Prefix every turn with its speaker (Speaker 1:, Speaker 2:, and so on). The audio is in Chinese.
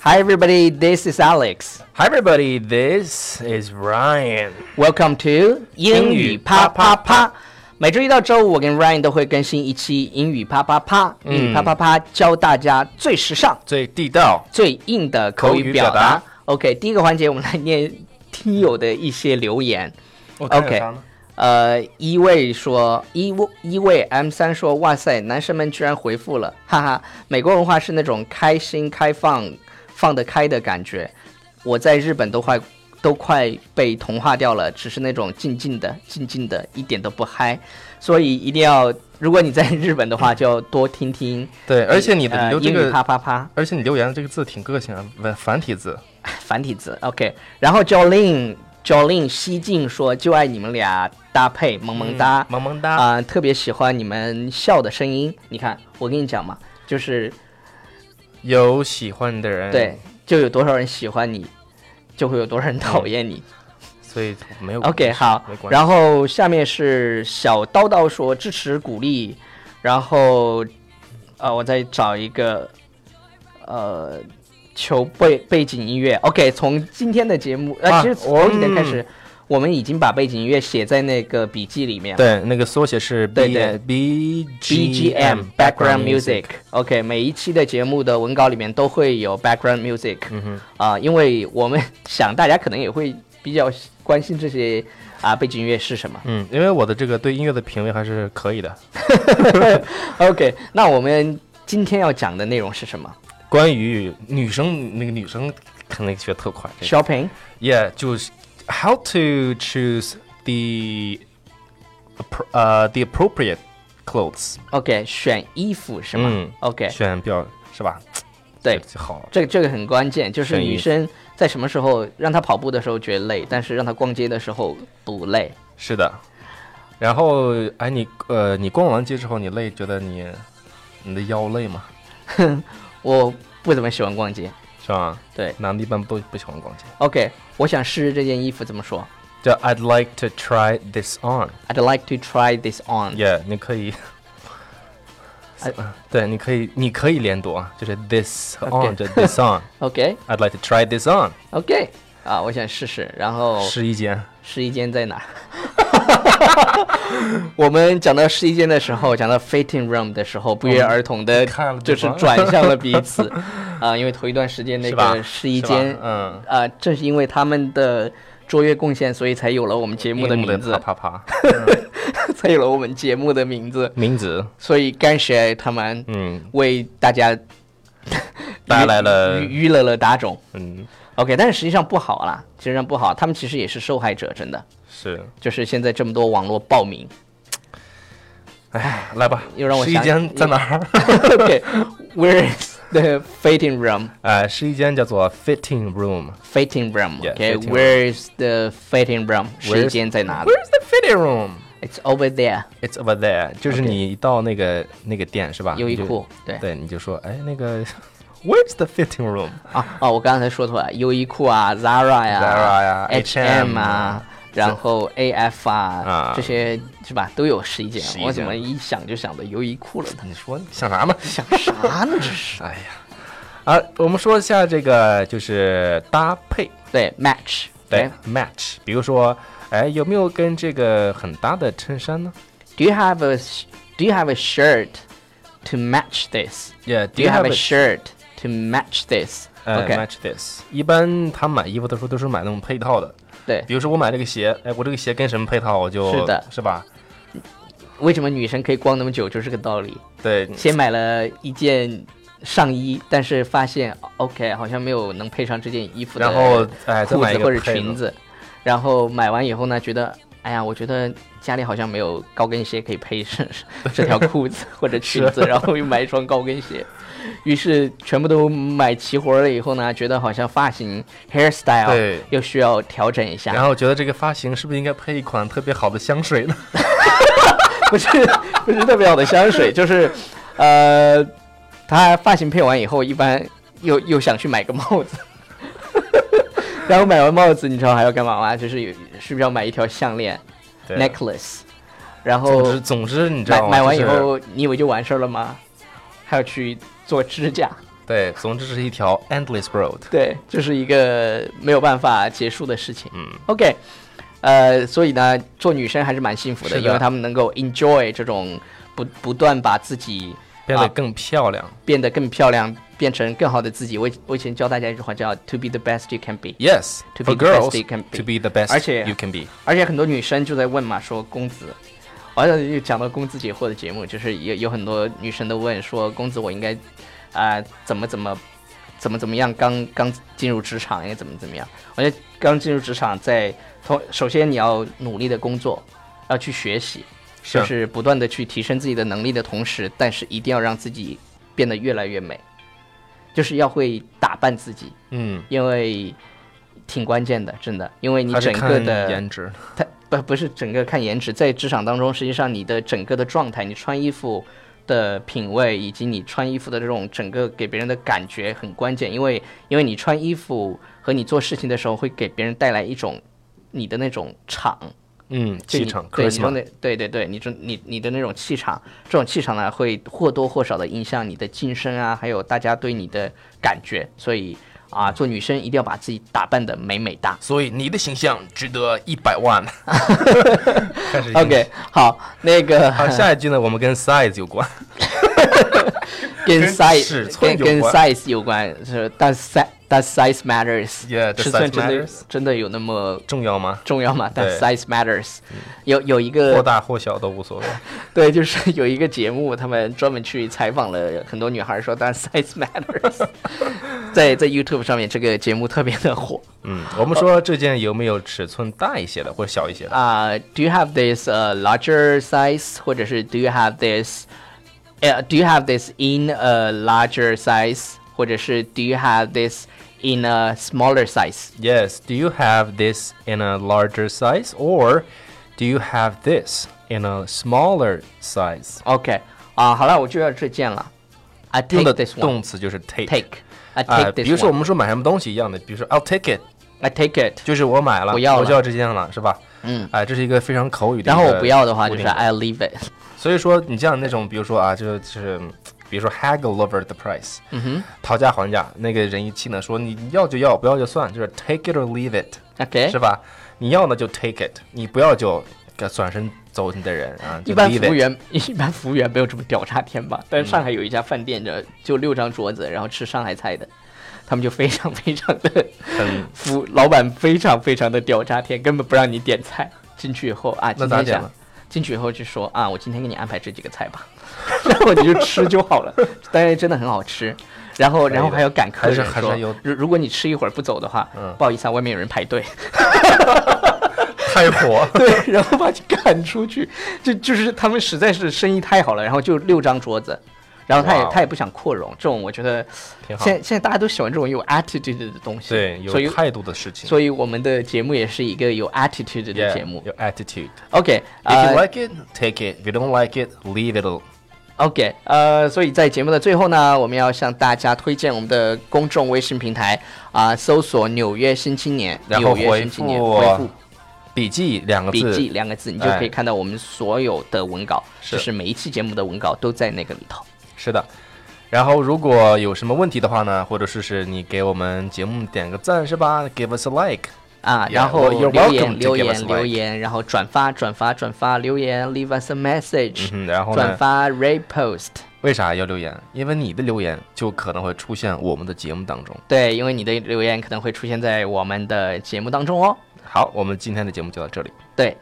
Speaker 1: Hi, everybody. This is Alex.
Speaker 2: Hi, everybody. This is Ryan.
Speaker 1: Welcome to 英语啪啪啪。每周一到周五，我跟 Ryan 都会更新一期英语啪啪啪。英语啪啪啪，教大家最时尚、
Speaker 2: 最地道，
Speaker 1: 最硬的口语表
Speaker 2: 口语表达
Speaker 1: OK，第一个环节，我们来念听友的一些留言。
Speaker 2: 我
Speaker 1: OK，呃，一位说，一位一位 M 三说，哇塞，男生们居然回复了，哈哈，美国文化是那种开心、开放、放得开的感觉，我在日本都快都快被同化掉了，只是那种静静的、静静的，一点都不嗨，所以一定要，如果你在日本的话，就多听听，
Speaker 2: 对，而且你的
Speaker 1: 呃
Speaker 2: 留这
Speaker 1: 英语
Speaker 2: 个，
Speaker 1: 啪啪啪
Speaker 2: 而且你留言的这个字挺个性啊，文繁体字。
Speaker 1: 繁体字，OK，然后 Jolin Jolin 西静说，就爱你们俩搭配，萌萌哒。
Speaker 2: 嗯萌萌哒。
Speaker 1: 啊、特别喜欢你们笑的声音。你看，我跟你讲嘛，就是
Speaker 2: 有喜欢的人，
Speaker 1: 对，，就有多少人喜欢你，就会有多少人讨厌你。
Speaker 2: 所以嗯没有
Speaker 1: OK，好
Speaker 2: 没。关系。
Speaker 1: 然后下面是小叨叨说支持鼓励，然后呃，我再找一个呃求背背景音乐。OK，从今天的节目，呃，
Speaker 2: 啊
Speaker 1: 其实
Speaker 2: 我
Speaker 1: 从几天开始，我们已经把背景音乐写在那个笔记里面了。
Speaker 2: 对，那个缩写是 B
Speaker 1: 对对
Speaker 2: B
Speaker 1: BGM background music。OK，每一期的节目的文稿里面都会有 background music 啊、
Speaker 2: 嗯哼，
Speaker 1: 因为我们想大家可能也会比较关心这些啊、背景音乐是什么。
Speaker 2: 嗯，因为我的这个对音乐的品味还是可以的。
Speaker 1: OK，那我们今天要讲的内容是什么
Speaker 2: 关于女生，那个女生可能学特快。这个
Speaker 1: ？Shopping。
Speaker 2: Yeah，就是 how to choose the appro- 呃、the appropriate clothes，
Speaker 1: OK，选衣服是吗、
Speaker 2: 嗯
Speaker 1: o k
Speaker 2: 选比较是吧？
Speaker 1: 对
Speaker 2: 最好。
Speaker 1: 这个这个很关键，就是
Speaker 2: 选衣
Speaker 1: 女生在什么时候让她跑步的时候觉得累，但是让她逛街的时候不累。
Speaker 2: 是的。然后哎，你呃，你逛完街之后，你累，觉得你你的腰累吗？
Speaker 1: 我不怎么喜欢逛街。
Speaker 2: 是吧？
Speaker 1: 对
Speaker 2: 男的一般都不喜欢逛街。
Speaker 1: OK，我想试这件衣服怎么说
Speaker 2: 叫 I'd like to try this on。
Speaker 1: ？I'd like to try this on。
Speaker 2: Yeah，你可以。
Speaker 1: I-
Speaker 2: 对，你可以，你可以连读啊，就是 this
Speaker 1: OK
Speaker 2: on，这 this on。
Speaker 1: OK
Speaker 2: I'd like to try this on。
Speaker 1: OK 啊，我想试试。然后
Speaker 2: 试衣间。
Speaker 1: 试衣间在哪？ 我们讲到试衣间的时候，讲到 fitting room 的时候，不约而同的
Speaker 2: 哦看了，对
Speaker 1: 就是
Speaker 2: 方
Speaker 1: 转向了彼 此啊、因为头一段时间那
Speaker 2: 是吧
Speaker 1: 个试衣
Speaker 2: 是吧
Speaker 1: 间，
Speaker 2: 嗯
Speaker 1: 啊、正是因为他们的卓越贡献，所以才有了我们节目的名字，
Speaker 2: 啪啪啪，
Speaker 1: 才有了我们节目的名字。
Speaker 2: 名字，
Speaker 1: 所以感谢他们
Speaker 2: 嗯，
Speaker 1: 为大家
Speaker 2: 带来了
Speaker 1: 娱娱乐了打种。
Speaker 2: 嗯，
Speaker 1: OK，但是实际上不好啦，实际上不好，他们其实也是受害者，真的。
Speaker 2: 是，
Speaker 1: 就是现在这么多网络暴 民。
Speaker 2: 哎来吧，
Speaker 1: 又让我
Speaker 2: 试衣
Speaker 1: 想
Speaker 2: 间在哪儿？
Speaker 1: OK，where、is the fitting room?
Speaker 2: 哎，试衣间叫做 fitting room。
Speaker 1: Fitting room.
Speaker 2: Yeah,
Speaker 1: OK,
Speaker 2: fitting
Speaker 1: where is the fitting room?
Speaker 2: Where's-
Speaker 1: 时间在哪里
Speaker 2: Where's the fitting room?
Speaker 1: ？It's over there.
Speaker 2: It's over there。就是
Speaker 1: OK
Speaker 2: 你一到那个那个店是吧？
Speaker 1: 优衣
Speaker 2: 你就
Speaker 1: 库对
Speaker 2: 对，你就说，哎，那个 Where's the fitting room？
Speaker 1: 啊哦，我刚才说错了，优衣库啊，Zara 呀
Speaker 2: Zara 呀
Speaker 1: H&M
Speaker 2: H&M
Speaker 1: 啊
Speaker 2: 啊。
Speaker 1: 然后 A F 啊，
Speaker 2: 啊
Speaker 1: 这些是吧，都有十一件。
Speaker 2: 试衣
Speaker 1: 我怎
Speaker 2: 间
Speaker 1: 么一想就想到优衣库了呢？
Speaker 2: 你说你想啥呢？
Speaker 1: 想啥呢？这是
Speaker 2: 哎呀，啊，我们说一下这个就是搭配，
Speaker 1: 对 match
Speaker 2: 对，match。比如说，哎，有没有跟这个很搭的衬衫呢
Speaker 1: Do you have a Do you have a shirt to match this?
Speaker 2: ？Yeah，Do
Speaker 1: Do you have a shirt to match this?
Speaker 2: 呃
Speaker 1: OK，
Speaker 2: match this。一般他买衣服的时候都是买那种配套的，
Speaker 1: 对，
Speaker 2: 比如说我买这个鞋，哎，我这个鞋跟什么配套，我就是
Speaker 1: 的
Speaker 2: 是吧？
Speaker 1: 为什么女生可以逛那么久，就是这个道理。
Speaker 2: 对，
Speaker 1: 先买了一件上衣，但是发现 OK 好像没有能配上这件衣服的
Speaker 2: 然后哎再
Speaker 1: 裤
Speaker 2: 买
Speaker 1: 子
Speaker 2: 一
Speaker 1: 或者
Speaker 2: 个配
Speaker 1: 裙
Speaker 2: 的，
Speaker 1: 子，然后买完以后呢，觉得哎呀，我觉得家里好像没有高跟鞋可以配 上这条裤子或 者裙子，然后又买一双高跟鞋。于是全部都买齐活了以后呢，觉得好像发型 hairstyle
Speaker 2: 对
Speaker 1: 又需要调整一下
Speaker 2: 然，后觉得这个发型是不是应该配一款特别好的香水呢？
Speaker 1: 不是不是特别好的香水，就是，呃，他发型配完以后，一般又又想去买个帽子， 然后买完帽子，你知道还要干嘛吗？就是有是不是要买一条项链
Speaker 2: 对
Speaker 1: necklace，然
Speaker 2: 总
Speaker 1: 后
Speaker 2: 之总之你知道
Speaker 1: 买
Speaker 2: 吗
Speaker 1: 买完以，
Speaker 2: 就是
Speaker 1: 后，你以为就完事儿了吗？还要去做指甲，
Speaker 2: 对，总之是一条 endless road。
Speaker 1: 对，这是一个没有办法结束的事情。嗯，OK，呃，所以呢，做女生还是蛮幸福的，
Speaker 2: 是的
Speaker 1: 因为她们能够 enjoy 这种不不断把自己
Speaker 2: 变得
Speaker 1: 啊
Speaker 2: 更漂亮。
Speaker 1: 变得更漂亮，变成更好的自己。我以我以前教大家一句话叫 “to be the best you can be”，
Speaker 2: Yes,
Speaker 1: To be
Speaker 2: for
Speaker 1: the best
Speaker 2: girls
Speaker 1: you can be
Speaker 2: to be the best
Speaker 1: 而且
Speaker 2: you can be。
Speaker 1: 而且很多女生就在问嘛，说公子。好像又讲到公子解惑的节目，就是有有很多女生都问说，公子我应该啊、怎么怎么怎么怎么样，刚刚进入职场应该怎么怎么样？我觉得刚进入职场在同首先你要努力的工作，要去学习，
Speaker 2: 是
Speaker 1: 就是不断的去提升自己的能力的同时，但是一定要让自己变得越来越美，就是要会打扮自己，
Speaker 2: 嗯，
Speaker 1: 因为挺关键的，真的，因为你
Speaker 2: 还是
Speaker 1: 整个
Speaker 2: 看
Speaker 1: 的
Speaker 2: 颜值。
Speaker 1: 它不不是整个看颜值，在职场当中，实际上你的整个的状态，你穿衣服的品味，以及你穿衣服的这种整个给别人的感觉很关键，因为因为你穿衣服和你做事情的时候，会给别人带来一种你的那种场
Speaker 2: 嗯，
Speaker 1: 就
Speaker 2: 气
Speaker 1: 你
Speaker 2: 场
Speaker 1: 对你说
Speaker 2: charisma。
Speaker 1: 那对对对，你这你你的那种气场，这种气场呢，会或多或少的影响你的晋升啊，还有大家对你的感觉，所以啊，做女生一定要把自己打扮的美美哒。
Speaker 2: 所以你的形象值得一 百万。开始已经
Speaker 1: OK，好，那个
Speaker 2: 好，下一句呢？我们跟 size 有关。
Speaker 1: 跟
Speaker 2: 跟
Speaker 1: size
Speaker 2: 尺寸
Speaker 1: 跟
Speaker 2: 有
Speaker 1: 跟
Speaker 2: 关
Speaker 1: size 有关，是但 size 但 size matters，
Speaker 2: Yeah, the
Speaker 1: 尺寸
Speaker 2: size
Speaker 1: 真的
Speaker 2: matters.
Speaker 1: 真的有那么
Speaker 2: 重要吗？
Speaker 1: 重要吗？但
Speaker 2: 对嗯
Speaker 1: size matters，有有一个
Speaker 2: 或大或小都无所谓。
Speaker 1: 对，就是 有一个节目，他们专门去采访了很多女孩，说但 size matters，在在 YouTube 上面这个节目特别的火
Speaker 2: 嗯，我们说这件有没有尺寸大一些的或者小一些的？
Speaker 1: 啊、Do you have this uh, larger size，或者是 Do you have this？呃、d o you have this in a larger size，或者是 Do you have this in a smaller size？
Speaker 2: Yes. Do you have this in a larger size, or do you have this in a smaller size?
Speaker 1: OK，啊，好了，我就要这件了。I
Speaker 2: 用
Speaker 1: take
Speaker 2: 的
Speaker 1: this one.
Speaker 2: 动词就是 take。
Speaker 1: Take. I
Speaker 2: 啊、
Speaker 1: take
Speaker 2: 比
Speaker 1: this
Speaker 2: 如说我
Speaker 1: one.
Speaker 2: 们说买什么东西一样的，比如说 I'll take it，
Speaker 1: I take it.
Speaker 2: 就是我买了，
Speaker 1: 我要了
Speaker 2: 我就要这件了，是吧？嗯，哎、这是一个非常口语的一
Speaker 1: 然
Speaker 2: 个
Speaker 1: 后
Speaker 2: 固定语。
Speaker 1: 我不要的话就是 I leave it.
Speaker 2: 所以说你像那种，比如说啊，就就是，比如说 haggle over the price，嗯哼，讨价还价，那个人一气呢说你要就要，不要就算，就是 take it or leave it，、
Speaker 1: OK.
Speaker 2: 是吧？你要呢就 take it，你不要就给转身走你的人啊，
Speaker 1: 一
Speaker 2: 就
Speaker 1: 般
Speaker 2: leave
Speaker 1: 服务
Speaker 2: it。嗯
Speaker 1: 员 一般服务员没有这么屌炸天吧？但是上海有一家饭店的，就六张桌子，然后吃上海菜的，他们就非常非常的
Speaker 2: 很
Speaker 1: 服，老板非常非常的屌炸天，根本不让你点菜。进去以后啊，
Speaker 2: 那
Speaker 1: 今
Speaker 2: 咋
Speaker 1: 天
Speaker 2: 点
Speaker 1: 想
Speaker 2: 呢？
Speaker 1: 进去以后就说啊，我今天给你安排这几个菜吧， 然后你就吃就好了，但是真的很好吃。然后，
Speaker 2: 以
Speaker 1: 然后还要赶客人
Speaker 2: 哎还是还是
Speaker 1: 说
Speaker 2: 有，嗯
Speaker 1: 如如果你吃一会儿不走的话，不好意思啊，外面有人排队。，
Speaker 2: 太火
Speaker 1: 对，然后把你赶出去，就就是他们实在是生意太好了，然后就六张桌子，然后他也
Speaker 2: 哇哦
Speaker 1: 他也不想扩容，这种我觉得
Speaker 2: 挺好
Speaker 1: 现。在现在大家都喜欢这种有 attitude 的东西，
Speaker 2: 对，
Speaker 1: 所以
Speaker 2: 有态度的事情。
Speaker 1: 所以我们的节目也是一个有 attitude 的
Speaker 2: Yeah，
Speaker 1: 节目。
Speaker 2: 有 attitude。
Speaker 1: OK，
Speaker 2: If you
Speaker 1: 呃
Speaker 2: like it, take it. If you don't like it, leave it. alone.
Speaker 1: ，OK，呃，所以在节目的最后呢，我们要向大家推荐我们的公众微信平台啊、搜索“纽约新青年”，
Speaker 2: 然后
Speaker 1: 纽约新青年
Speaker 2: 回复
Speaker 1: 回复
Speaker 2: 笔记两个
Speaker 1: 笔
Speaker 2: 字
Speaker 1: 记两个字，你就
Speaker 2: 哦哎
Speaker 1: 可以看到我们所有的文稿，
Speaker 2: 是
Speaker 1: 就是每一期节目的文稿都在那个里头。
Speaker 2: 是的。然后如果有什么问题的话呢，或者是是你给我们节目点个赞是吧？Give us a like。
Speaker 1: 啊
Speaker 2: Yeah,
Speaker 1: 然后
Speaker 2: well, you're
Speaker 1: 留
Speaker 2: welcome
Speaker 1: 言
Speaker 2: to
Speaker 1: 留
Speaker 2: give us
Speaker 1: 言
Speaker 2: like.
Speaker 1: 留言，然后转发转发转发留言，leave us a message，、
Speaker 2: 嗯，然后
Speaker 1: 转
Speaker 2: 呢？
Speaker 1: 发 repost。
Speaker 2: 为啥要留言？因为你的留言就可能会出现我们的节目当中。
Speaker 1: 对，因为你的留言可能会出现在我们的节目当中哦。
Speaker 2: 好，我们今天的节目就到这里。
Speaker 1: 对，